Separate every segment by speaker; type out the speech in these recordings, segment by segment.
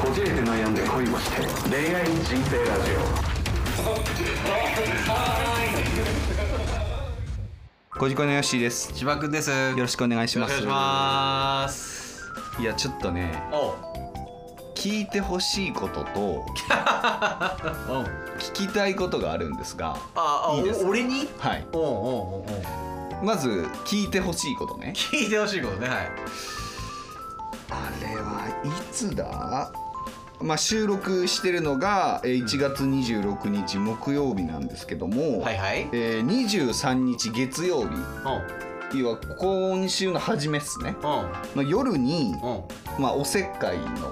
Speaker 1: こじれて悩んで恋をして恋愛人生ラジ
Speaker 2: ごじこのよっしーです。
Speaker 3: 千葉くんです。よ
Speaker 2: よろしくお願いし
Speaker 3: ろ
Speaker 2: ま
Speaker 3: しくお願い
Speaker 2: す。
Speaker 3: します。
Speaker 2: いやちょっとね、
Speaker 3: おう、
Speaker 2: 聞いてほしいことと
Speaker 3: おう、
Speaker 2: 聞きたいことがあるんですが、
Speaker 3: ああ、
Speaker 2: いいです
Speaker 3: お俺に。
Speaker 2: はい。
Speaker 3: おう、おう、おう、おう。
Speaker 2: まず聞いてほしいことね。
Speaker 3: 聞いてほしいことね、はい。
Speaker 2: あれはいつだ？まあ収録してるのがえー1月26日木曜日なんですけども、
Speaker 3: はいはい。
Speaker 2: えー23日月曜
Speaker 3: お
Speaker 2: 日。
Speaker 3: う、
Speaker 2: 要は今週の初めっすね
Speaker 3: おう、
Speaker 2: の夜に、
Speaker 3: おう。
Speaker 2: まあ、おせっかいの飲み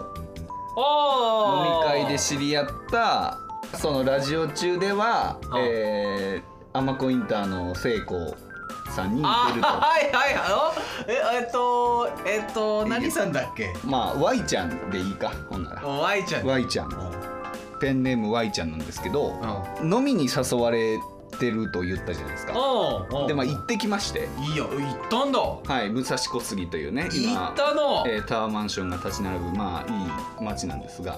Speaker 3: お
Speaker 2: 会で。知り合ったそのラジオ中では
Speaker 3: あ、
Speaker 2: えー、アマコインターの聖子さんに似
Speaker 3: あ
Speaker 2: てると
Speaker 3: はいはいはい。おえ、えっと、えっと、
Speaker 2: いいです
Speaker 3: 何さんだっけ。
Speaker 2: まあ Y ちゃんでいいかほんなら
Speaker 3: お、愛ちゃん。おう、
Speaker 2: Y ちゃんペンネーム Y ちゃんなんですけど
Speaker 3: おう、
Speaker 2: 飲みに誘われてると言ったじゃないですか
Speaker 3: おう、おう。
Speaker 2: でまあ
Speaker 3: い
Speaker 2: 行ってきまして
Speaker 3: いよ、行ったんだ。行
Speaker 2: はい武蔵小杉というね
Speaker 3: っ
Speaker 2: 今、
Speaker 3: たの。
Speaker 2: えータワーマンションが立ち並ぶまあいい街なんですが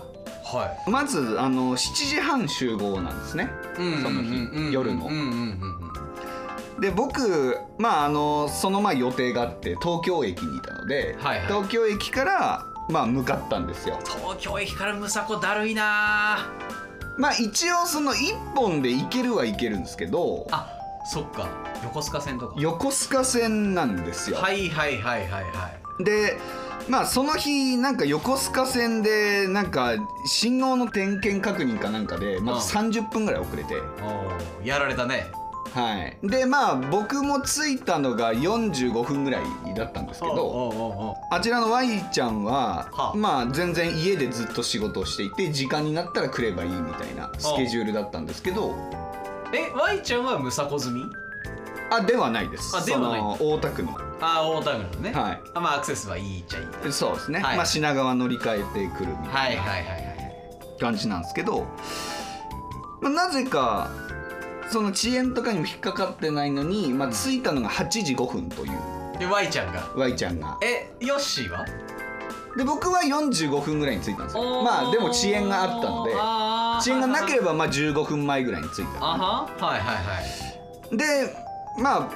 Speaker 3: は
Speaker 2: まずあの7時半集合なんですね
Speaker 3: い。うん
Speaker 2: その日
Speaker 3: うんうんうん
Speaker 2: 夜の
Speaker 3: うん、うん、うん、うん。
Speaker 2: で僕まああのその前予定があって東京駅にいたので、
Speaker 3: はいはい
Speaker 2: 東京駅からまあ向かったんですよ
Speaker 3: 東京駅からむさこだるいなー。
Speaker 2: まあ一応その1本で行けるは行けるんですけど
Speaker 3: あ、そっか。横須賀線とか。
Speaker 2: 横須賀線なんですよ、
Speaker 3: はいはいはいはいはい。
Speaker 2: でまあその日なんか横須賀線でなんか信号の点検確認かなんかでまず
Speaker 3: う
Speaker 2: 30分ぐらい遅れて、
Speaker 3: おーやられたね。
Speaker 2: はいでまあ僕も着いたのが45分ぐらいだったんですけ
Speaker 3: おう
Speaker 2: ど
Speaker 3: おうおうおう
Speaker 2: あちらの Y ちゃんは、
Speaker 3: はあ
Speaker 2: まあ全然家でずっと仕事をしていて時間になったら来ればいいみたいなスケジュールだったんですけど
Speaker 3: え、ワイちゃんはムサコ済み？
Speaker 2: あではないです
Speaker 3: あではない
Speaker 2: その大田区のは
Speaker 3: あー、大田区のね。
Speaker 2: い
Speaker 3: あ、まあアクセスはいいっちゃいい。はい
Speaker 2: そうですね、
Speaker 3: はい
Speaker 2: まあ、品川乗り換えてくるみた
Speaker 3: はい
Speaker 2: いな
Speaker 3: はいはい。
Speaker 2: 感じなんですけど、まあ、なぜかその遅延とかにも引っかかってないのに、まあ、着いたのが8時5分という
Speaker 3: で、ワイちゃんが。
Speaker 2: Y ちゃんが
Speaker 3: え、ヨッシーは？
Speaker 2: で僕は45分ぐらいに着いたんですよまあでも遅延があったので遅
Speaker 3: 遅
Speaker 2: 延がなけれ
Speaker 3: ば。
Speaker 2: ばまあ15分前ぐらいに着いた
Speaker 3: あは、はいはいはい。
Speaker 2: でま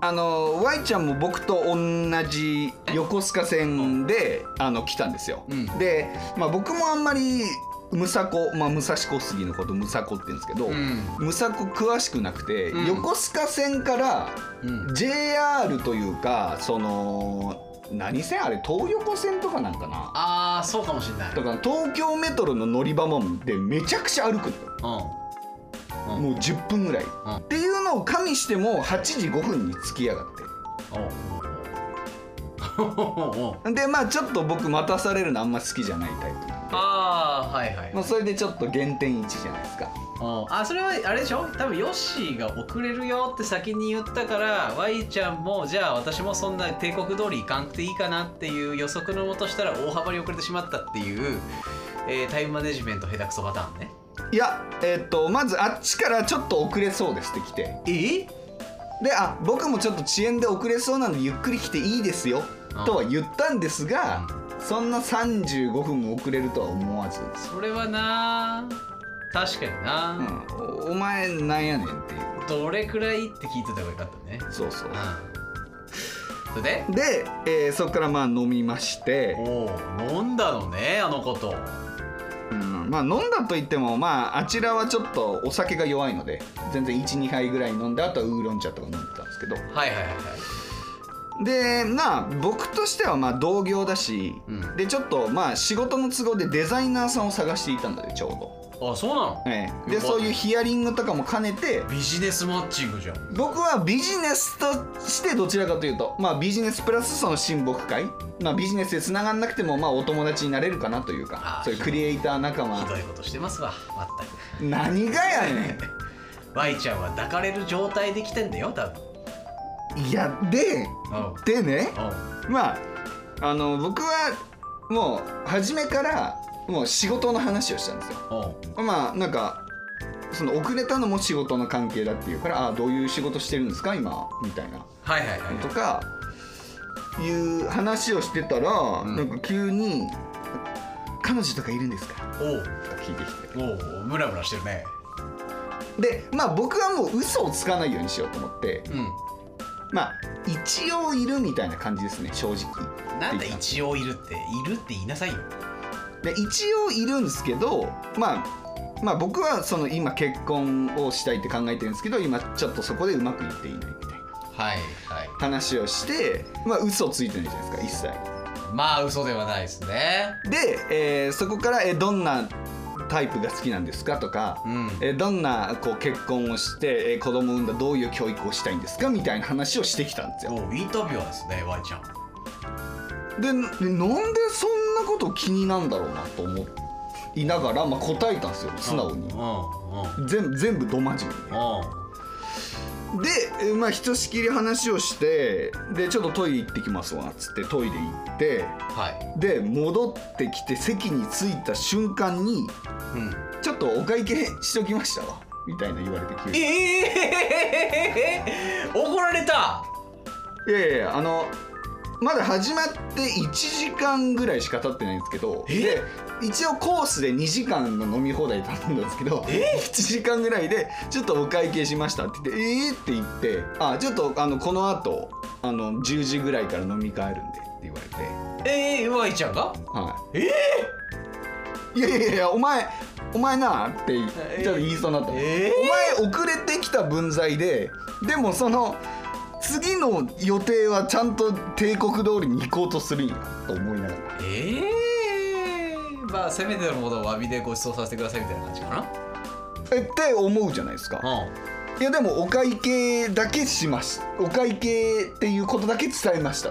Speaker 2: ああの Y ちゃんも僕と同じ横須賀線であの来たんですよ、
Speaker 3: うん
Speaker 2: で、まあ、僕もあんまりむさこ、まあ、武蔵小杉のことむさこって言うんですけど、
Speaker 3: うん
Speaker 2: むさこ詳しくなくて、
Speaker 3: うん
Speaker 2: 横須賀線から
Speaker 3: うん。
Speaker 2: JR というかその何線あれ東横線とかなんかな
Speaker 3: あー、そうかもしれない。う
Speaker 2: だ
Speaker 3: ん。
Speaker 2: から東京メトロの乗り場もでめちゃくちゃ歩くのよ
Speaker 3: うん
Speaker 2: もう10分ぐらい、
Speaker 3: ん
Speaker 2: っていうのを加味しても8時5分に着きやがっ
Speaker 3: おうおうおうおう おう。
Speaker 2: てでまあちょっと僕待たされるのあんま好きじゃないタイプなんで
Speaker 3: あー、はいはい
Speaker 2: まあ、。それでちょっと減点1じゃないですか
Speaker 3: うんあそれはあれでしょ多分ヨッシーが遅れるよって先に言ったからワイちゃんもじゃあ私もそんな帝国通り行かんくていいかなっていう予測のもとしたら大幅に遅れてしまったっていう、えータイムマネジメント下手くそパターンね
Speaker 2: いやえっとまずあっちからちょっと遅れそうですって来て
Speaker 3: え
Speaker 2: であ僕もちょっと遅延で遅れそうなんでゆっくり来ていいですよ
Speaker 3: うん
Speaker 2: とは言ったんですがそんな35分も遅れるとは思わず、
Speaker 3: それはな確かにな、
Speaker 2: うんおお前なんやねんっていう
Speaker 3: どれくらいって聞いてた方がよかったね
Speaker 2: そうそう
Speaker 3: うんそれで
Speaker 2: で、えーそこからまあ飲みまして
Speaker 3: おお飲んだのねあのこと
Speaker 2: うんまあ飲んだといってもまああちらはちょっとお酒が弱いので全然12杯ぐらい飲んであとはウーロン茶とか飲んでたんですけど
Speaker 3: はいはいはいはい
Speaker 2: でまあ僕としてはまあ同業だし、
Speaker 3: うん
Speaker 2: でちょっとまあ仕事の都合でデザイナーさんを探していたんだよちょうど。
Speaker 3: あそうなの
Speaker 2: ええ
Speaker 3: よかっ
Speaker 2: で
Speaker 3: た
Speaker 2: そういうヒアリングとかも兼ねて
Speaker 3: ビジネスマッチングじゃん
Speaker 2: 僕はビジネスとしてどちらかというと、まあ、ビジネスプラスその親睦会、まあ、ビジネスでつながんなくてもまあお友達になれるかなというか
Speaker 3: あー
Speaker 2: そういうクリエイター仲
Speaker 3: ひ
Speaker 2: 間
Speaker 3: どいことしてますわ、まったく。
Speaker 2: 何がやねん
Speaker 3: ワイちゃんは抱かれる状態で来てんだよ、多分。
Speaker 2: いやで
Speaker 3: おう
Speaker 2: でね
Speaker 3: おう
Speaker 2: まああの僕はもう初めからもう仕事の話をしたんですよ
Speaker 3: おう
Speaker 2: まあなんかその遅れたのも仕事の関係だっていうからああどういう仕事してるんですか今みたいな
Speaker 3: はいはいはい。
Speaker 2: とかいう話をしてたら、
Speaker 3: ん
Speaker 2: なんか急に「彼女とかいるんですか?
Speaker 3: おう」
Speaker 2: とか聞いてきて
Speaker 3: おうムラムラしてるね
Speaker 2: でまあ僕はもう嘘をつかないようにしようと思って
Speaker 3: う
Speaker 2: まあ一応いるみたいな感じですね正直
Speaker 3: んなんだ一応いるっているって言いなさいよ
Speaker 2: で一応いるんですけどまあまあ僕はその今結婚をしたいって考えてるんですけど今ちょっとそこでうまくいっていないみたいな
Speaker 3: はいはい
Speaker 2: 話をしてまあ嘘ついてないじゃないですか一切
Speaker 3: まあ嘘ではないですね
Speaker 2: で、えーそこから、えーどんなタイプが好きなんですかとか、
Speaker 3: うん
Speaker 2: えーどんなこう結婚をして、えー子供を産んだどういう教育をしたいんですかみたいな話をしてきたんですよ
Speaker 3: おうインタビュアーですね Y ちゃん
Speaker 2: ででなんでそんなこと気になんだろうなと思いながら、まあ、答えたんですよ素直に
Speaker 3: うんうんうん
Speaker 2: 全全部ど真面目にで、えーまあ、ひとしきり話をしてでちょっとトイレ行ってきますわっつってトイレ行って
Speaker 3: はい
Speaker 2: で戻ってきて席に着いた瞬間に
Speaker 3: うん
Speaker 2: ちょっとお会計しときましたわみたいな言われて急にい
Speaker 3: ええー、怒られた
Speaker 2: やいやいやあのまだ始まって1時間ぐらいしか経ってないんですけど
Speaker 3: え
Speaker 2: で一応コースで2時間の飲み放題頼んだんですけど1時間ぐらいで「ちょっとお会計しました」って言って「えー?」って言って「あちょっとあのこの後あの10時ぐらいから飲み会えるんで」って言われて
Speaker 3: ええー、Y ちゃんが
Speaker 2: はい
Speaker 3: え
Speaker 2: いやいやいやお前お前なってちょっと言いそうになった、
Speaker 3: え
Speaker 2: お前遅れてきた分際ででもその次の予定はちゃんと帝国通りに行こうとするんやと思いながら
Speaker 3: ー、ええー、まあせめてのものを詫びでご馳走させてくださいみたいな感じか
Speaker 2: えって思うじゃないですか
Speaker 3: なうん
Speaker 2: いやでもお会計だけしましたお会計っていうことだけ伝えました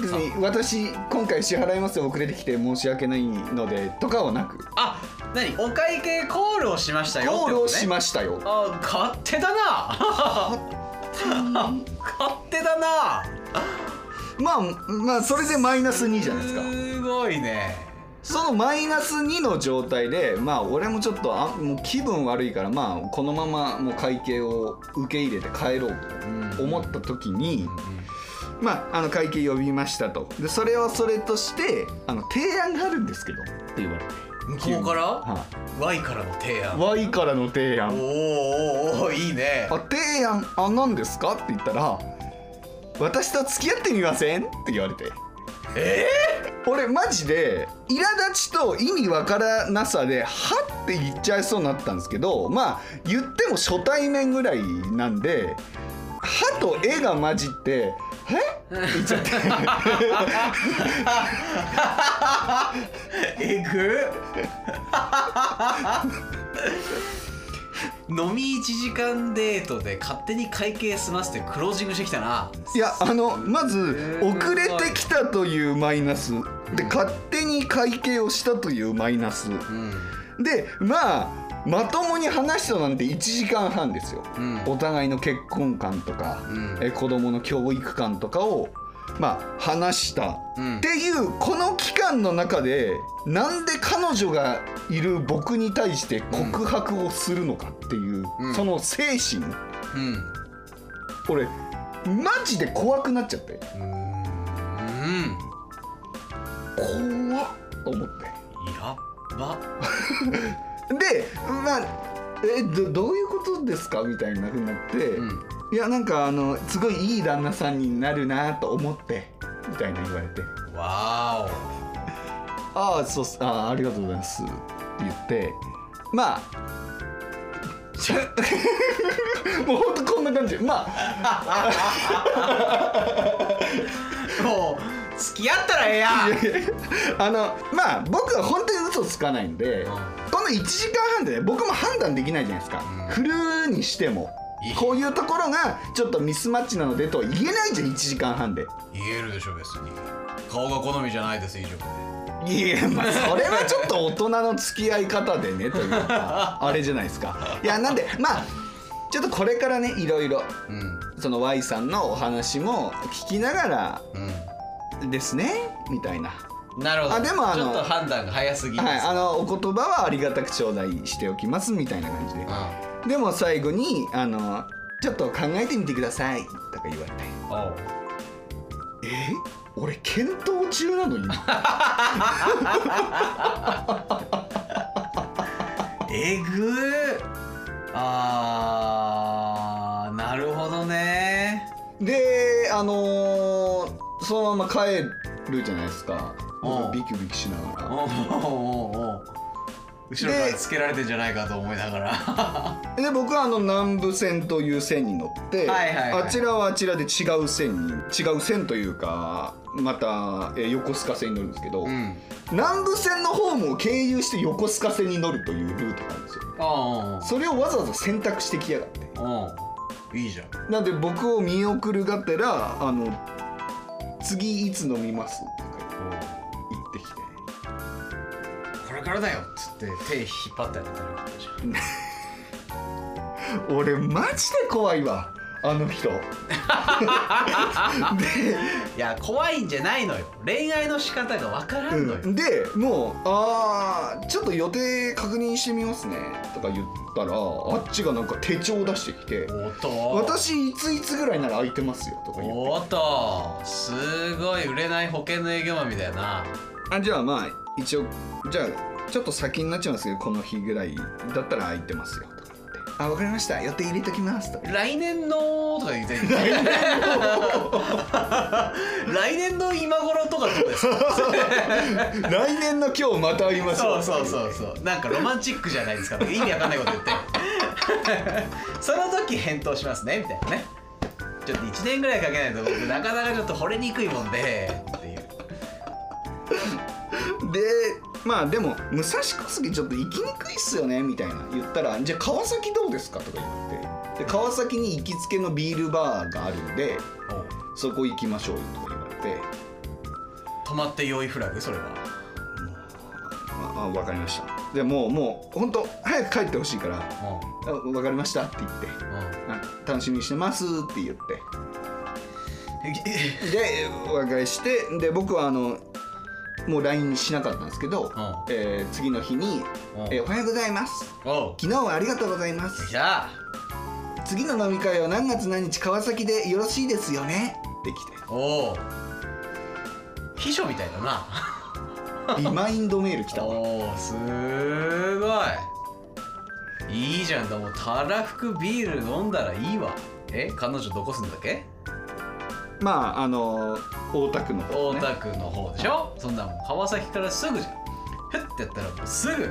Speaker 2: 別に私今回支払いますよ遅れてきて申し訳ないのでとかはなく
Speaker 3: あ何お会計コールをしましたよって
Speaker 2: ゴ
Speaker 3: こ
Speaker 2: ー
Speaker 3: とね
Speaker 2: ルをしましたよ
Speaker 3: あ勝手だな 勝手だな
Speaker 2: まあまあそれでマイナス2じゃないですか
Speaker 3: すごいね
Speaker 2: そのマイナス2の状態でまあ俺もちょっとあもう気分悪いからまあこのままもう会計を受け入れて帰ろうと思った時に、まああの会計呼びましたとでそれはそれとしてあの提案があるんですけどって言われて
Speaker 3: 向こうから、
Speaker 2: は
Speaker 3: Y からの提案お
Speaker 2: Y からの提
Speaker 3: ー
Speaker 2: 案
Speaker 3: おーおーいいね
Speaker 2: あ提案あ何ですかって言ったら私と付き合ってみませんって言われて
Speaker 3: え
Speaker 2: 俺マジで苛立ちと意味わからなさではって言っちゃいそうになったんですけどまあ言っても初対面ぐらいなんで歯と絵が混じって「え
Speaker 3: え言っちゃったえぐ飲み1時間デートで勝手に会計済ませてクロージングしてきたない
Speaker 2: やあのまず
Speaker 3: えー
Speaker 2: 遅れてきたというマイナスで勝手に会計をしたというマイナス
Speaker 3: うん
Speaker 2: でまあまともに話したなんて1時間半ですよ、
Speaker 3: うん
Speaker 2: お互いの結婚観とか、
Speaker 3: うん
Speaker 2: え子供の教育観とかをまあ話した、
Speaker 3: うん
Speaker 2: っていうこの期間の中でなんで彼女がいる僕に対して告白をするのかっていう、
Speaker 3: うん
Speaker 2: その精神
Speaker 3: うん
Speaker 2: 俺マジで怖くなっちゃって
Speaker 3: うーん
Speaker 2: 怖っと思って。
Speaker 3: いらっば
Speaker 2: でまあえどどういうことですかみたいなふうになって、
Speaker 3: うん
Speaker 2: いやなんかあのすごいいい旦那さんになるなと思ってみたいな言われて
Speaker 3: わ
Speaker 2: 「ああそうっすああありがとうございます」って言ってまあちょ もうほんとこんな感じまあ
Speaker 3: おもう付き合ったらええやん
Speaker 2: あのまあ僕は本当に嘘つかないんで、
Speaker 3: うん
Speaker 2: この1時間半でね僕も判断できないじゃないですか、
Speaker 3: うん
Speaker 2: フルーにしても
Speaker 3: いい
Speaker 2: こういうところがちょっとミスマッチなのでとは言えないじゃん1時間半で
Speaker 3: 言えるでしょ別に顔が好みじゃないです以上で
Speaker 2: いやまあ それはちょっと大人の付き合い方でねという かあれじゃないですかいやなんでまあちょっとこれからねいろいろ
Speaker 3: うん
Speaker 2: その Y さんのお話も聞きなが
Speaker 3: う
Speaker 2: らですねみたいな。
Speaker 3: んなるほど
Speaker 2: あでもあの
Speaker 3: ちょっと判断が早すぎます、
Speaker 2: はい、あのお言葉はありがたく頂戴しておきますみたいな感じででも最後にあの「ちょっと考えてみてください」とか言われて
Speaker 3: うんおう
Speaker 2: 「え俺検討中なの今
Speaker 3: えぐーあーなるほどね
Speaker 2: であのーそのまま帰るじゃないですか
Speaker 3: うん
Speaker 2: ビクビクしなが
Speaker 3: お
Speaker 2: ら
Speaker 3: うおうおうおう後ろからつけられてんじゃないかと思いながらは
Speaker 2: で僕はあの南部線という線に乗って、
Speaker 3: はいはいはい
Speaker 2: あちらはあちらで違う線に違う線というかまた、えー横須賀線に乗るんですけど、
Speaker 3: うん
Speaker 2: 南部線の方も経由して横須賀線に乗るというルートがあるんですよ
Speaker 3: あ
Speaker 2: それをわざわざ選択してきやがって
Speaker 3: あうんいいじゃん
Speaker 2: なんで僕を見送るがてらあの次いつ飲みますとか言ってきて
Speaker 3: これからだよっつって手引っ張ってあげたらよかったじゃん
Speaker 2: 俺マジで怖いわあの人で
Speaker 3: いや怖いんじゃないのよ恋愛の仕方がわからんのよ、
Speaker 2: うんでもう「あーちょっと予定確認してみますね」とか言ったらあっちがなんか手帳を出してきて
Speaker 3: おっと
Speaker 2: 「私いついつぐらいなら空いてますよ」とか言って
Speaker 3: おっとすごい売れない保険の営業マンみたいな
Speaker 2: あじゃあまあ一応じゃあちょっと先になっちゃいますけどこの日ぐらいだったら空いてますよとか言って「あわかりました予定入れときます」とか
Speaker 3: 来年のとか言って んの来年の今頃とかどうですか
Speaker 2: 「 来年の今日また会いましょ
Speaker 3: そうう」そうそうそうなんかロマンチックじゃないですか意味わかんないこと言って その時返答しますねみたいなねちょっと1年ぐらいかけないと僕なかなかちょっと惚れにくいもんでっていう
Speaker 2: でまあでも武蔵小杉ちょっと行きにくいっすよねみたいな言ったら「じゃあ川崎どうですか?」とか言ってで川崎に行きつけのビールバーがあるんでそこ行きましょうよとか言われて
Speaker 3: 止まって用意フラグそれは
Speaker 2: 「ああ分かりました」でもうもうほんと早く帰ってほしいから「
Speaker 3: う
Speaker 2: あ分かりました」って言って
Speaker 3: んうん
Speaker 2: 「あ楽しみにしてます」って言って
Speaker 3: え
Speaker 2: でお別れしてで僕はあのもう LINE しなかったんですけど、
Speaker 3: う
Speaker 2: えー次の日に
Speaker 3: うん
Speaker 2: 「えーおはようございます」
Speaker 3: おう
Speaker 2: 「昨日はありがとうございます」
Speaker 3: じゃあ
Speaker 2: 次の飲み会は何月何日川崎でよろしいですよねってき
Speaker 3: おお秘書みたいだな
Speaker 2: てリマインドメール来たわ
Speaker 3: おおすーごいいいじゃんだもうたらふくビール飲んだらいいわえ彼女どこ住んだっけ
Speaker 2: まああの大田区の方
Speaker 3: 大
Speaker 2: ね
Speaker 3: 田区の方でしょそんなもん川崎からすぐじゃんふってやったらもうすぐ家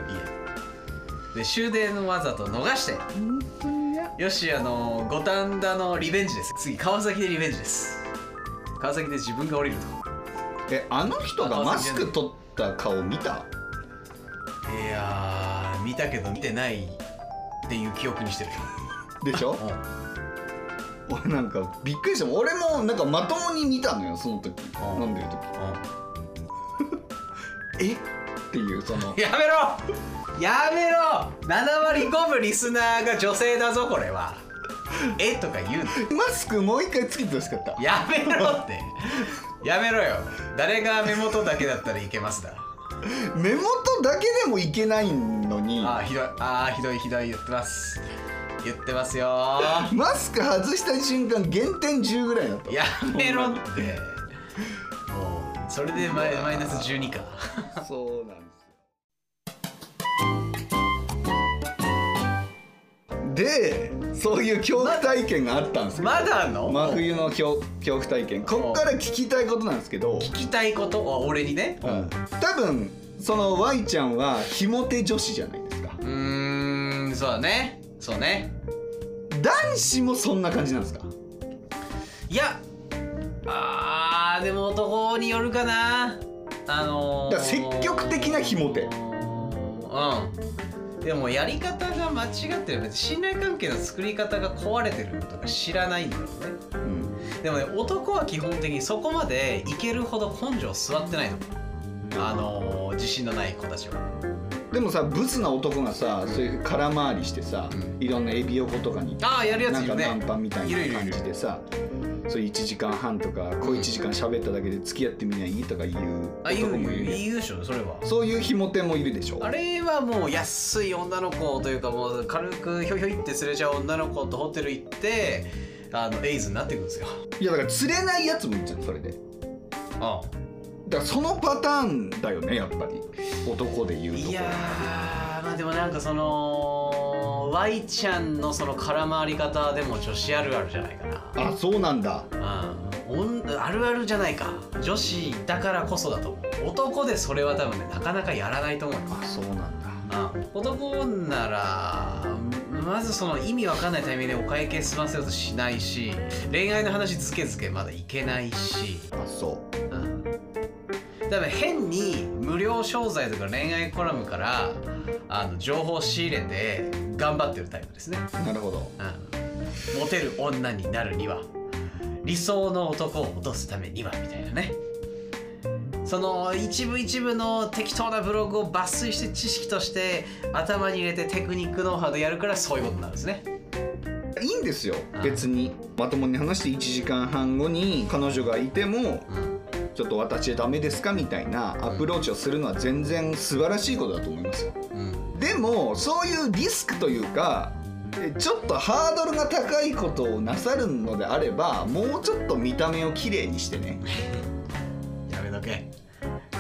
Speaker 3: で終電わざと逃して
Speaker 2: 本当に嫌
Speaker 3: よしあの五反田のリベンジです次川崎でリベンジです川崎で自分が降りると
Speaker 2: えあの人がマスク取った顔見た
Speaker 3: いやー見たけど見てないっていう記憶にしてる
Speaker 2: でしょ
Speaker 3: うん
Speaker 2: 俺なんかびっくりしたもん俺もなんかまともに見たのよその時
Speaker 3: うん
Speaker 2: 飲んでる時えっていうその
Speaker 3: やめろやめろ7割5分リスナーが女性だぞこれ はえとか言うの
Speaker 2: マスクもう一回つけてほしかった
Speaker 3: やめろってやめろよ誰が目元だけだったらいけますだ
Speaker 2: 目元だけでもいけないのに
Speaker 3: あーひどいあーひどいひどい言ってます言ってますよ
Speaker 2: マスク外した瞬間減点10ぐらいだった
Speaker 3: やめろってもうそれでマイマイナス12か
Speaker 2: そうなんですよ。で、そういう恐怖体験があったんです よ。
Speaker 3: まだあんの
Speaker 2: 真冬の恐恐怖体験。こっから聞きたいことなんですけど、
Speaker 3: 聞きたいことあ俺にね
Speaker 2: うん多分その Y ちゃんはひも手女子じゃないですか
Speaker 3: う。ーんそうだねそうね
Speaker 2: 男子もそんな感じなんですか。
Speaker 3: いやあーでも男によるかなあのー、
Speaker 2: だから積極的な紐手
Speaker 3: うんでもやり方が間違ってる別に信頼関係の作り方が壊れてるとか知らないんだよね
Speaker 2: うん。
Speaker 3: でもね男は基本的にそこまでいけるほど根性座ってないのあのー、自信のない子たちは
Speaker 2: でもさ、ブスな男がさ、そういう空回りしてさ、
Speaker 3: う
Speaker 2: いろんなエビ横とかに
Speaker 3: ああやるやつ
Speaker 2: ないん
Speaker 3: る
Speaker 2: か
Speaker 3: ね
Speaker 2: ナンパみたい
Speaker 3: いるい
Speaker 2: な
Speaker 3: るい
Speaker 2: 感
Speaker 3: る
Speaker 2: じでさそう1時間半とか小1時間喋っただけで付き合ってみないとか言う
Speaker 3: あいる
Speaker 2: 男もい
Speaker 3: いる
Speaker 2: る
Speaker 3: い
Speaker 2: よ
Speaker 3: るでしょそれは
Speaker 2: そういうひも手もいるでしょ
Speaker 3: あれはもう安い女の子というかもう軽くひょいひょいって連れちゃう女の子とホテル行ってあのエイズになっていくんですよ
Speaker 2: いやだから釣れないやつもいるじゃんそれで
Speaker 3: あ
Speaker 2: だからそのパターンだよねやっぱり男で言うとこ
Speaker 3: いやーまあでもなんかその Y ちゃんのその空回り方でも女子あるあるじゃないかな
Speaker 2: あそうなんだ
Speaker 3: うん、おんあるあるじゃないか女子だからこそだと思う男でそれは多分ねなかなかやらないと思うよ、
Speaker 2: あそうなんだ
Speaker 3: うん、男ならまずその意味わかんないタイミングでお会計済ませようとしないし恋愛の話ずけずけまだいけないし、
Speaker 2: あそ
Speaker 3: うん、多分変に無料商材とか恋愛コラムからあの情報を仕入れて頑張ってるタイプですね
Speaker 2: うなるほど
Speaker 3: うん、モテる女になるには理想の男を落とすためにはみたいなねその一部一部の適当なブログを抜粋して知識として頭に入れてテクニックノウハウでやるからそういうことになるんですね
Speaker 2: いいんですよ
Speaker 3: うん
Speaker 2: 別にまともに話して1時間半後に彼女がいても
Speaker 3: うん
Speaker 2: ちょっと私ダメですかみたいなアプローチをするのは全然素晴らしいことだと思いますよ
Speaker 3: うん
Speaker 2: でもそういうリスクというかえちょっとハードルが高いことをなさるのであればもうちょっと見た目をきれいにしてね
Speaker 3: やめとけ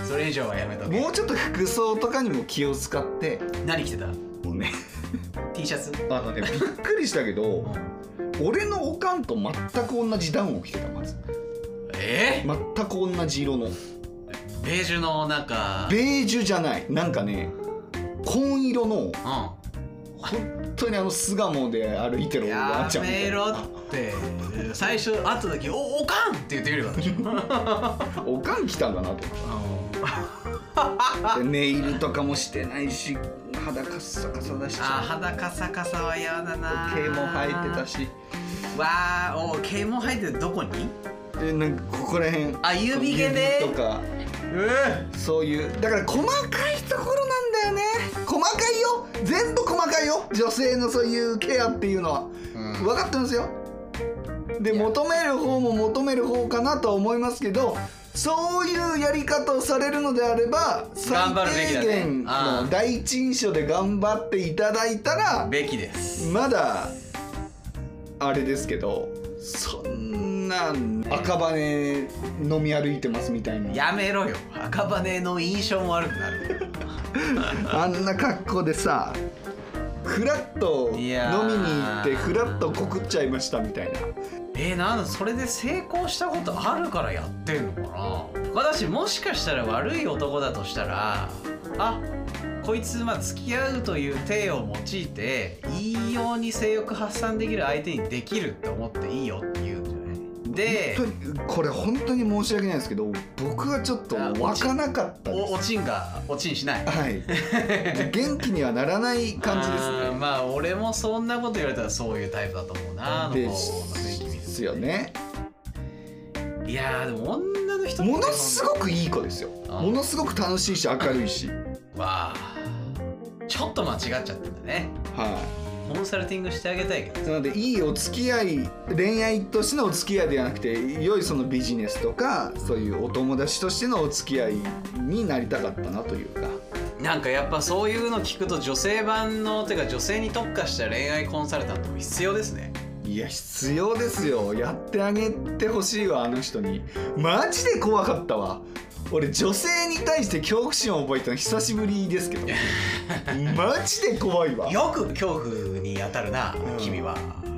Speaker 3: それ以上はやめとけ
Speaker 2: もうちょっと服装とかにも気を使って
Speaker 3: 何着てた
Speaker 2: もうね
Speaker 3: T シャツ
Speaker 2: あのねびっくりしたけど俺のおかんと全く同じダウンを着てたまず
Speaker 3: え
Speaker 2: 全く同じ色の
Speaker 3: ー、ベージュのなんか
Speaker 2: ベージュじゃないなんかね紺色の
Speaker 3: う
Speaker 2: 本当にあの巣鴨で歩いて
Speaker 3: ん
Speaker 2: るおばあ
Speaker 3: や
Speaker 2: ちゃんみた
Speaker 3: め
Speaker 2: い
Speaker 3: ろ
Speaker 2: な
Speaker 3: って最初会った時「おおかん!」って言ってみればでしょ
Speaker 2: おかん来たんだなと思ってネイルとかもしてないし肌カッサカサだし
Speaker 3: あー肌カサカサは嫌だな
Speaker 2: 毛も生えてたし
Speaker 3: わあお毛も生えてるどこに
Speaker 2: でなんかここら辺
Speaker 3: あ指毛で
Speaker 2: 指とか
Speaker 3: え
Speaker 2: そういうだから細かいところなんだよね細かいよ全部細かいよ女性のそういうケアっていうのは、
Speaker 3: うん
Speaker 2: 分かってますよで求める方も求める方かなとは思いますけどそういうやり方をされるのであれば最
Speaker 3: 頑張るべきだ
Speaker 2: 低
Speaker 3: ね
Speaker 2: 限
Speaker 3: あ
Speaker 2: の
Speaker 3: ー
Speaker 2: 第一印象で頑張っていただいたら
Speaker 3: べきです
Speaker 2: まだあれですけどそんなん赤羽飲み歩いてますみたいな
Speaker 3: やめろよ赤羽の印象も悪くなる
Speaker 2: あんな格好でさフラッと飲み
Speaker 3: い
Speaker 2: に
Speaker 3: やー
Speaker 2: 行ってフラッと告っちゃいましたみたいな
Speaker 3: えー、なんだそれで成功したことあるからやってんのかな私もしかしたら悪い男だとしたらあこいつまあ付き合うという体を用いていいように性欲発散できる相手にできるって思っていいよって言うんじゃないで
Speaker 2: 本当にこれ本当に申し訳ないですけど僕はちょっと湧かなかったで
Speaker 3: おお
Speaker 2: す
Speaker 3: ちんがおちんしない
Speaker 2: はい元気にはならない感じです
Speaker 3: あー
Speaker 2: ね
Speaker 3: まあ俺もそんなこと言われたらそういうタイプだと思うなあの子の
Speaker 2: で
Speaker 3: 雰囲気見る
Speaker 2: すよね
Speaker 3: といやーでも女の人
Speaker 2: ものす
Speaker 3: い
Speaker 2: ごくいい子ですよ
Speaker 3: あー
Speaker 2: ものすごく楽しいし明るいしは
Speaker 3: わあちょっと間違っちゃったんだね
Speaker 2: い
Speaker 3: コンサルティングしてあげたいけど
Speaker 2: なのでいいお付き合い恋愛としてのお付き合いではなくて良いそのビジネスとかそういうお友達としてのお付き合いになりたかったなというか
Speaker 3: なんかやっぱそういうの聞くと女性版のてか女性に特化した恋愛コンサルタントも必要ですね
Speaker 2: いや必要ですよやってあげてほしいわあの人にマジで怖かったわ俺女性に対して恐怖心を覚えたの久しぶりです けどマジで怖いわ
Speaker 3: よく恐怖に当たるな
Speaker 2: うん
Speaker 3: 君は、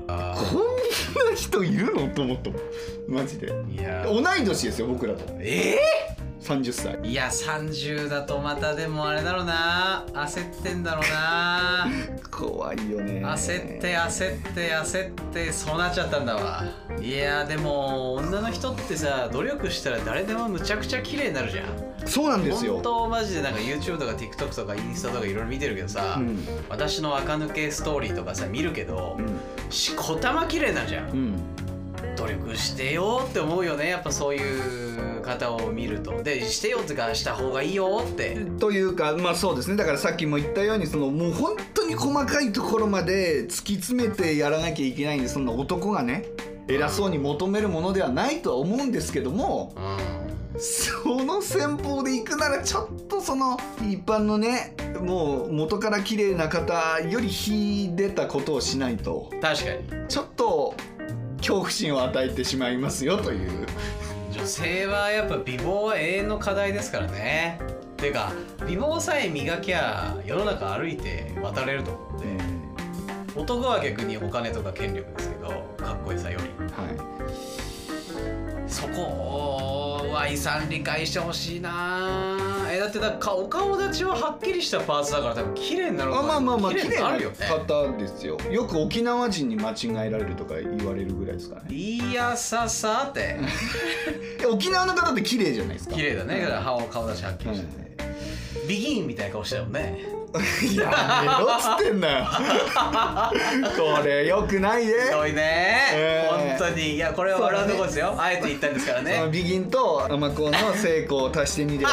Speaker 3: あ
Speaker 2: こんな人いるのと思ったもんマジで
Speaker 3: ーいや
Speaker 2: 同い年ですよ僕らと
Speaker 3: ええ
Speaker 2: 30歳
Speaker 3: いや30だとまたでもあれだろうな焦ってんだろうな
Speaker 2: 怖いよね
Speaker 3: 焦って焦って焦ってそうなっちゃったんだわいやでも女の人ってさ努力したら誰でもむちゃくちゃ綺麗になるじゃん
Speaker 2: そうなんですよ
Speaker 3: 本。当マジでなんか YouTube とか TikTok とかインスタとかいろいろ見てるけどさ、
Speaker 2: うん
Speaker 3: 私の垢抜けストーリーとかさ見るけど、
Speaker 2: うん
Speaker 3: しこたま綺麗なんじゃん
Speaker 2: うん、
Speaker 3: 努力してよって思うよねやっぱそういう方を見るとでしてよってかした方がいいよって、
Speaker 2: というかまあそうですねだからさっきも言ったようにそのもう本当に細かいところまで突き詰めてやらなきゃいけないんでそんな男がね偉そうに求めるものではないとは思うんですけども
Speaker 3: うん
Speaker 2: その戦法で行くならちょっとその一般のねもう元から綺麗な方より秀でたことをしないと
Speaker 3: 確かに
Speaker 2: ちょっと恐怖心を与えてしまいますよという
Speaker 3: 女性はやっぱ美貌は永遠の課題ですからねていうか美貌さえ磨きゃ世の中歩いて渡れると思うんで男は逆にお金とか権力ですけどかっこいいさより
Speaker 2: は
Speaker 3: そこは遺産理解してほしいなえだってだかお顔立ちははっきりしたパーツだから多分綺麗になる
Speaker 2: い、あまあまあまあ綺麗
Speaker 3: な
Speaker 2: な
Speaker 3: るよね
Speaker 2: 方ですよよく沖縄人に間違えられるとか言われるぐらいですかね
Speaker 3: いやささて
Speaker 2: え沖縄の方って綺麗じゃないですか
Speaker 3: 綺麗だねだから歯を顔出しはっきり
Speaker 2: うん
Speaker 3: してて、ビギンみたいな顔してたもんね
Speaker 2: やめろっつって んだよこれよくないで
Speaker 3: ひどいね、
Speaker 2: えー
Speaker 3: 本当にいやこれは笑うとこですよ、あえて言ったんですから
Speaker 2: その
Speaker 3: ね
Speaker 2: ビギンとアマコンの成功を足してみれば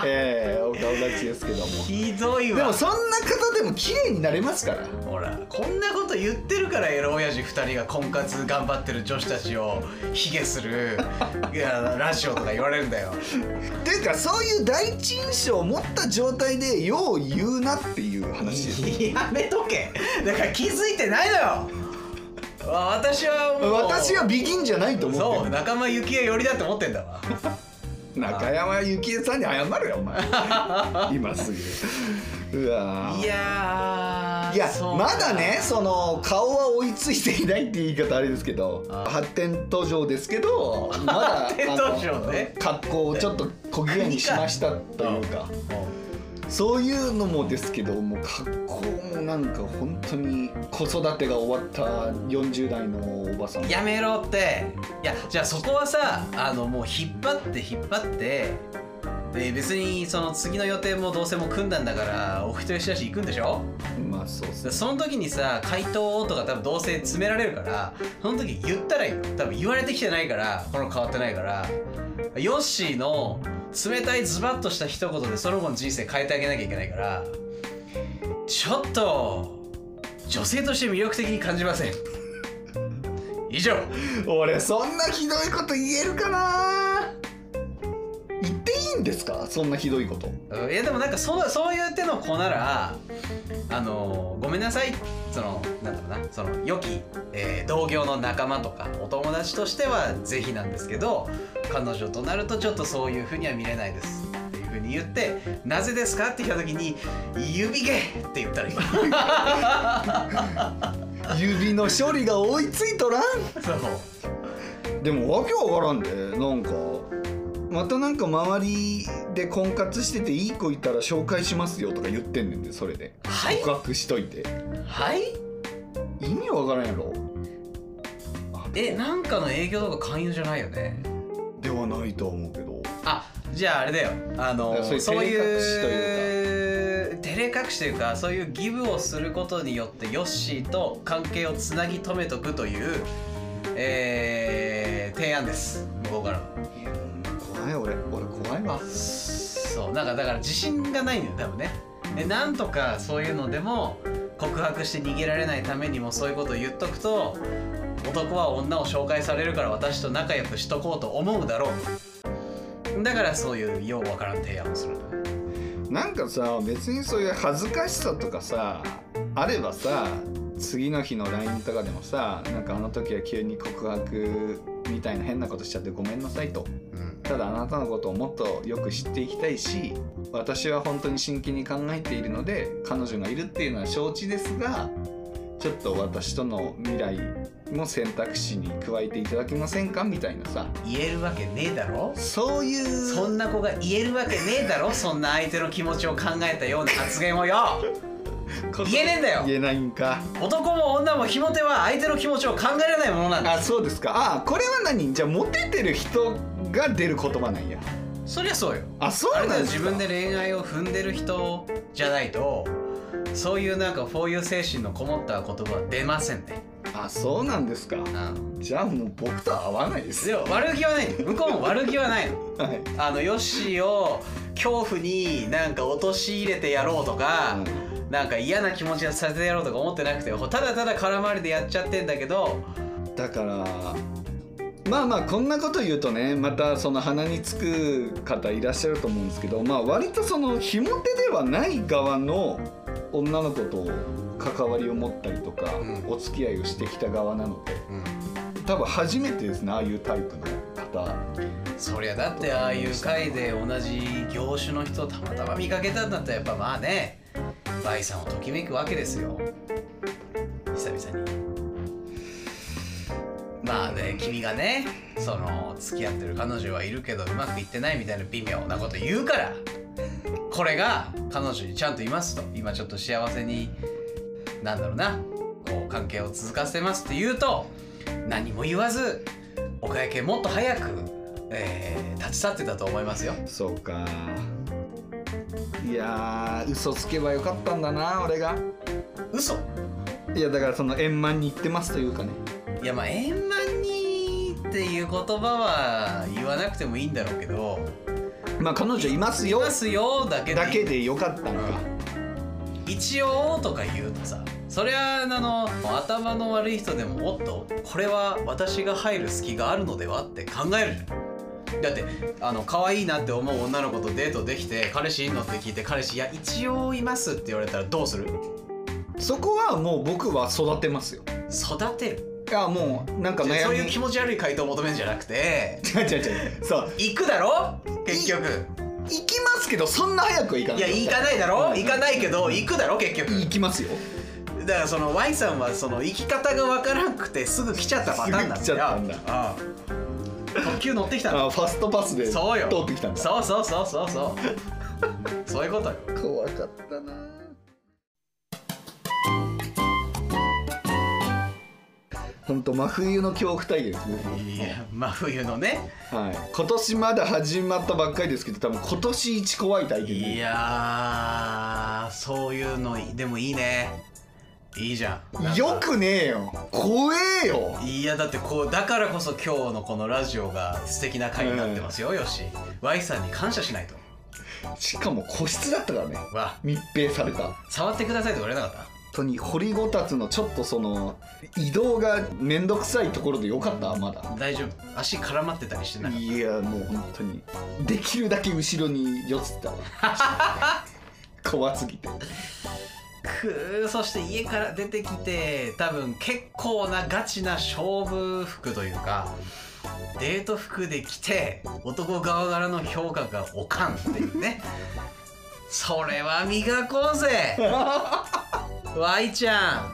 Speaker 2: ね、ええお顔立ちですけども
Speaker 3: ひどい
Speaker 2: で
Speaker 3: わ
Speaker 2: もそんな方でも綺麗になれますから
Speaker 3: ほらこんなこと言ってるからエロ親父2人が婚活頑張ってる女子たちを卑下するいやラジオとか言われるんだよ
Speaker 2: っていうかそういう第一印象を持った状態でよう言うなっていう話です
Speaker 3: やめとけだから気づいてないのよわ私はもう
Speaker 2: 私はビギンじゃないと思っ
Speaker 3: そう
Speaker 2: て
Speaker 3: 仲間由紀恵寄りだって思ってんだわ
Speaker 2: る中山幸恵さんに謝るよお前 今すぐうわ
Speaker 3: いやー
Speaker 2: いや
Speaker 3: そう
Speaker 2: ま
Speaker 3: か
Speaker 2: だねその顔は追いついていないって言い方あれですけど
Speaker 3: あー
Speaker 2: 発展途上ですけどまだ
Speaker 3: 発展途上ね
Speaker 2: あの格好をちょっと小綺麗にしましたというか
Speaker 3: もう
Speaker 2: そういうのもですけどもう格好もなんか本当に子育てが終わった40代のおばさん
Speaker 3: やめろっていやじゃあそこはさあのもう引っ張って引っ張ってで別にその次の予定もどうせもう組んだんだからお一人よしだし行くんでしょ
Speaker 2: まあそうっす
Speaker 3: でその時にさ回答とか多分どうせ詰められるからその時言ったらいいよ多分言われてきてないからこの変わってないからヨッシーの冷たいズバッとした一言でその子の人生変えてあげなきゃいけないからちょっと女性として魅力的に感じません以上
Speaker 2: 俺そんなひどいこと言えるかな言っていいんですかそんなひどいこと
Speaker 3: うんいやでもなんかそのそういう手の子ならあのごめんなさいそのなんだろうなその良き、えー同業の仲間とかお友達としてはぜひなんですけど彼女となるとちょっとそういうふうには見れないですっていうふうに言って「なぜですか?」って聞いた時に「指毛」って言ったらいい
Speaker 2: 指の処理が追いついとらん
Speaker 3: そう
Speaker 2: でもわけわからんでなんかまたなんか周りで婚活してていい子いたら紹介しますよとか言ってんねんでそれで
Speaker 3: はい
Speaker 2: 告白しといて
Speaker 3: はい
Speaker 2: 意味わからんやろ
Speaker 3: えなんかの営業とか勧誘じゃないよね
Speaker 2: ではないとは思うけど
Speaker 3: あじゃああれだよあの
Speaker 2: だか
Speaker 3: そ
Speaker 2: らそうういう
Speaker 3: いう照れ隠しというかそういうギブをすることによってヨッシーと関係をつなぎ止めとくという、えー提案です向こうからの
Speaker 2: いや怖い俺俺怖いわ
Speaker 3: そうなんかだから自信がないんだよ多分ねでなんとかそういうのでも告白して逃げられないためにもそういうことを言っとくと男は女を紹介されるから私と仲良くしとこうと思うだろうだからそういうようわからん提案をするんだね
Speaker 2: なんかさ別にそういう恥ずかしさとかさあればさ次の日の LINE とかでもさなんかあの時は急に告白みたいな変なことしちゃってごめんなさいとただあなたのことをもっとよく知っていきたいし私は本当に真剣に考えているので彼女がいるっていうのは承知ですがちょっと私との未来も選択肢に加えていただけませんかみたいなさ
Speaker 3: 言えるわけねえだろ
Speaker 2: そういう
Speaker 3: そんな子が言えるわけねえだろそんな相手の気持ちを考えたような発言をよ
Speaker 2: こと
Speaker 3: 言えねえんだよ
Speaker 2: 言えないんか
Speaker 3: 男も女もひも手は相手の気持ちを考えられないものなんだ
Speaker 2: あそうですかあこれは何じゃあモテてる人が出る言葉なんや
Speaker 3: そりゃそうよ
Speaker 2: あそ
Speaker 3: あ
Speaker 2: う
Speaker 3: れ
Speaker 2: な
Speaker 3: だよ
Speaker 2: んです
Speaker 3: 自
Speaker 2: か
Speaker 3: 分で恋愛を踏んでる人じゃないとそういうなんかフォーユー精神のこもった言葉は出ませんね
Speaker 2: あそうなんですか
Speaker 3: うん
Speaker 2: じゃあもう僕と合わないです
Speaker 3: で
Speaker 2: よ
Speaker 3: も悪気はないの向こうも悪気はないの
Speaker 2: はい
Speaker 3: あのヨッシーを恐怖になんか陥れてやろうとか、なんか嫌な気持ちをさせてやろうとか思ってなくてただただ空回りでやっちゃってんだけど
Speaker 2: だからまあまあこんなこと言うとねまたその鼻につく方いらっしゃると思うんですけどまあ割とそのひも手ではない側の女の子と関わりを持ったりとか、
Speaker 3: うん
Speaker 2: お付き合いをしてきた側なので多分初めてですねああいうタイプの方った
Speaker 3: そりゃだってああいう会で同じ業種の人をたまたま見かけたんだったらやっぱまあねバイさんをときめくわけですよ久々にまあね君がねその付き合ってる彼女はいるけどうまくいってないみたいな微妙なこと言うからこれが彼女にちゃんといますと今ちょっと幸せになんだろうなこう関係を続かせますって言うと何も言わずお会計もっと早く、えー立ち去ってたと思いますよ
Speaker 2: そうかいやー嘘つけばよかったんだな俺が
Speaker 3: 嘘
Speaker 2: いやだからその円満に行ってますというかね
Speaker 3: いやまあ円満にっていう言葉は言わなくてもいいんだろうけど
Speaker 2: まあ彼女います
Speaker 3: 「い
Speaker 2: よ
Speaker 3: ますよ」だけで
Speaker 2: だけでよかったんか、
Speaker 3: 一応とか言うとさそりゃあの頭の悪い人でもおっとこれは私が入る隙があるのではって考えるじゃんだってあの可愛いなって思う女の子とデートできて彼氏いんのって聞いて彼氏いや一応いますって言われたらどうする
Speaker 2: そこはもう僕は育てますよ
Speaker 3: 育てる
Speaker 2: いやもうなんか
Speaker 3: じゃあ
Speaker 2: 悩
Speaker 3: そう
Speaker 2: み
Speaker 3: いう気持ち悪い回答を求めるんじゃなくて
Speaker 2: 違う違う違うそう
Speaker 3: 行くだろ結局
Speaker 2: 行きますけどそんな早くは行かない
Speaker 3: いや行かないだろ行かないけど行くだろ結局
Speaker 2: 行きますよ
Speaker 3: だからその Y さんはその行き方が分からなくてすぐ来ちゃったパターンなんだよ
Speaker 2: すぐ来ちゃったんだ
Speaker 3: ああ特急乗ってきたの
Speaker 2: あファストパスで通
Speaker 3: そうよ
Speaker 2: ってきたんだ
Speaker 3: そうそうそうそうそうそういうことよ
Speaker 2: 怖かったな本当真冬の恐怖体験ですね
Speaker 3: いや真冬のね
Speaker 2: はい今年まだ始まったばっかりですけど多分今年一怖い体験
Speaker 3: い
Speaker 2: ね
Speaker 3: やーそういうのでもいいねいいじゃんなんか
Speaker 2: よくねえよ怖えよ
Speaker 3: いやだってこうだからこそ今日のこのラジオが素敵な回になってますよ、よし Y さんに感謝しないと
Speaker 2: しかも個室だったからね
Speaker 3: わ
Speaker 2: 密閉された本
Speaker 3: 触ってくださいとか言われなかった
Speaker 2: 当に掘りごたつのちょっとその移動がめんどくさいところでよかったまだ
Speaker 3: 大丈夫足絡まってたりしてない
Speaker 2: いやもう本当にできるだけ後ろに寄せたわ怖すぎて
Speaker 3: くーそして家から出てきて多分結構なガチな勝負服というかデート服で来て男側からの評価がおかんっていうねそれは磨こう ぜワイちゃ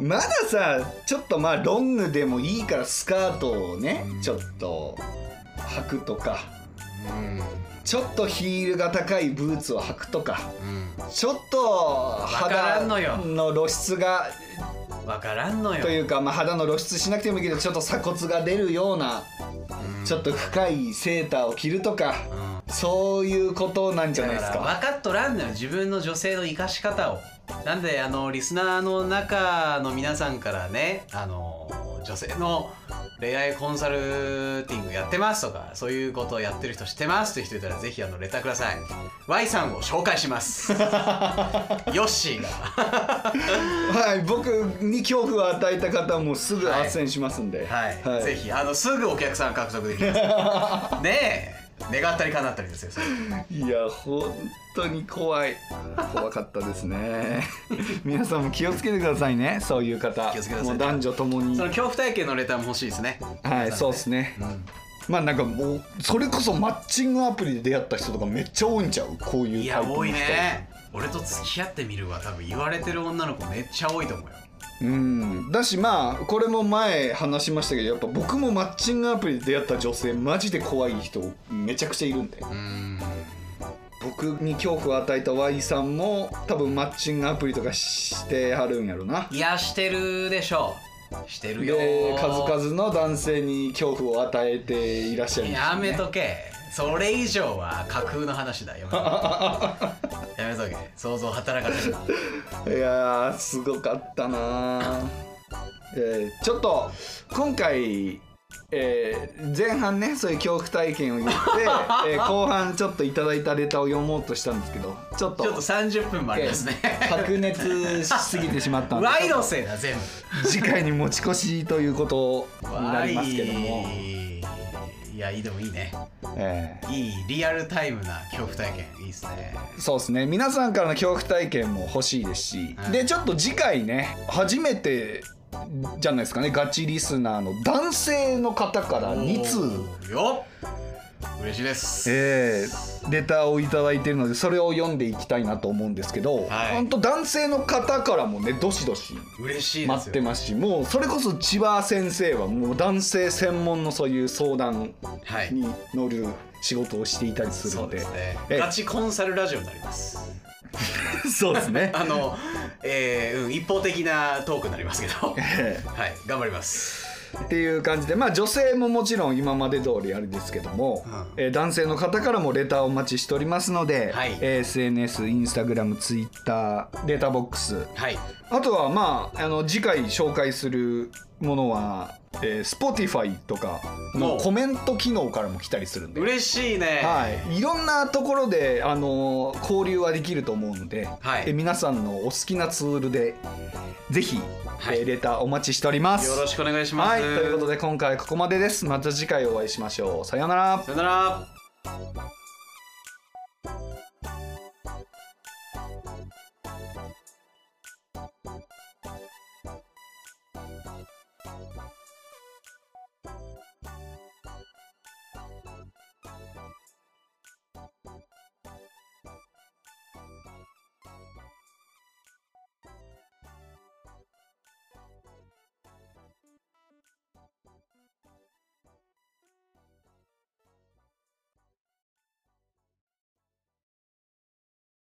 Speaker 3: ん
Speaker 2: まださちょっとまあロングでもいいからスカートをねちょっと履くとか
Speaker 3: うん
Speaker 2: ちょっとヒールが高いブーツを履くとか
Speaker 3: う
Speaker 2: ちょっと
Speaker 3: から
Speaker 2: 肌
Speaker 3: んのよ
Speaker 2: の露出が
Speaker 3: ん分からんのよ
Speaker 2: というか、まあ、肌の露出しなくてもいいけどちょっと鎖骨が出るような
Speaker 3: うん
Speaker 2: ちょっと深いセーターを着るとか
Speaker 3: うん
Speaker 2: そういうことなんじゃ
Speaker 3: だ
Speaker 2: ないです
Speaker 3: から
Speaker 2: か
Speaker 3: 分かっとらんのよ自分の女性の生かし方をなんであのリスナーの中の皆さんからねあの女性の恋愛コンサルティングやってますとかそういうことをやってる人知ってますという人いたらぜひあのレターください Y さんを紹介します ヨッシーが
Speaker 2: はい僕に恐怖を与えた方はもうすぐ斡旋しますんで、
Speaker 3: はい、ぜひあのすぐお客さん獲得でき ますねえ願ったり叶ったりですよそれ
Speaker 2: いや本当に怖い怖かったですね皆さんも気をつけてくださいねそういう方
Speaker 3: 気をつけてください
Speaker 2: もう男女ともに
Speaker 3: その恐怖体験のレターも欲しいですね
Speaker 2: はいそうですね、まあなんかもうそれこそマッチングアプリで出会った人とかめっちゃ多いんちゃうこういう
Speaker 3: い
Speaker 2: タ
Speaker 3: や
Speaker 2: イプの人
Speaker 3: 多いね俺と付き合ってみるは多分言われてる女の子めっちゃ多いと思うよ
Speaker 2: うんだしまあこれも前話しましたけどやっぱ僕もマッチングアプリで出会った女性マジで怖い人めちゃくちゃいるんで
Speaker 3: うん
Speaker 2: 僕に恐怖を与えた Y さんも多分マッチングアプリとかしてはるんやろない
Speaker 3: やしてるでしょうしてるよ
Speaker 2: で数々の男性に恐怖を与えていらっしゃるんですよ
Speaker 3: や
Speaker 2: ね
Speaker 3: めとけそれ以上は架空の話だよ やめとけ想像働かせる
Speaker 2: いやーすごかったなー、えーちょっと今回、えー前半ねそういう恐怖体験を 言って、えー後半ちょっといただいたレターを読もうとしたんですけどちょっと
Speaker 3: ちょっと30分もありますね
Speaker 2: えー白熱しすぎてしま ったんで
Speaker 3: ワイのせいだ全部
Speaker 2: 次回に持ち越しということになりますけども、
Speaker 3: わいいやいいでもいいね
Speaker 2: え
Speaker 3: いいリアルタイムな恐怖体験いいっすね
Speaker 2: ーそうですね皆さんからの恐怖体験も欲しいですし、
Speaker 3: うん
Speaker 2: でちょっと次回ね初めてじゃないですかねガチリスナーの男性の方から2通
Speaker 3: おーよっ嬉しいです
Speaker 2: えーレターを頂いただいてるのでそれを読んでいきたいなと思うんですけど、
Speaker 3: はい
Speaker 2: ほんと男性の方からもねどしどし
Speaker 3: 嬉しいですよ
Speaker 2: 待ってますしもうそれこそ千葉先生はもう男性専門のそういう相談
Speaker 3: はい
Speaker 2: に乗る仕事をしていたりする
Speaker 3: そ
Speaker 2: の
Speaker 3: うで
Speaker 2: です
Speaker 3: ね
Speaker 2: ええ
Speaker 3: ガチコンサルラジオになります
Speaker 2: そうですね
Speaker 3: あの、えーうん、一方的なトークになりますけどはい
Speaker 2: え
Speaker 3: 頑張ります
Speaker 2: えっていう感じでまあ女性ももちろん今まで通りあれですけども、
Speaker 3: うん
Speaker 2: えー男性の方からもレターをお待ちしておりますので、
Speaker 3: はい
Speaker 2: えー SNS インスタグラムツイッターレターボックス
Speaker 3: はい
Speaker 2: あとはまああの次回紹介するものは、えー、Spotify とかの
Speaker 3: お
Speaker 2: コメント機能からも来たりするんで、
Speaker 3: 嬉しいね
Speaker 2: はい、いろんなところで、あのー交流はできると思うので、
Speaker 3: はい
Speaker 2: えー皆さんのお好きなツールでぜひ、
Speaker 3: はい
Speaker 2: えーレターお待ちしております。
Speaker 3: よろしくお願いします、
Speaker 2: はい、ということで今回はここまでです。また次回お会いしましょう。さようなら。
Speaker 3: さよなら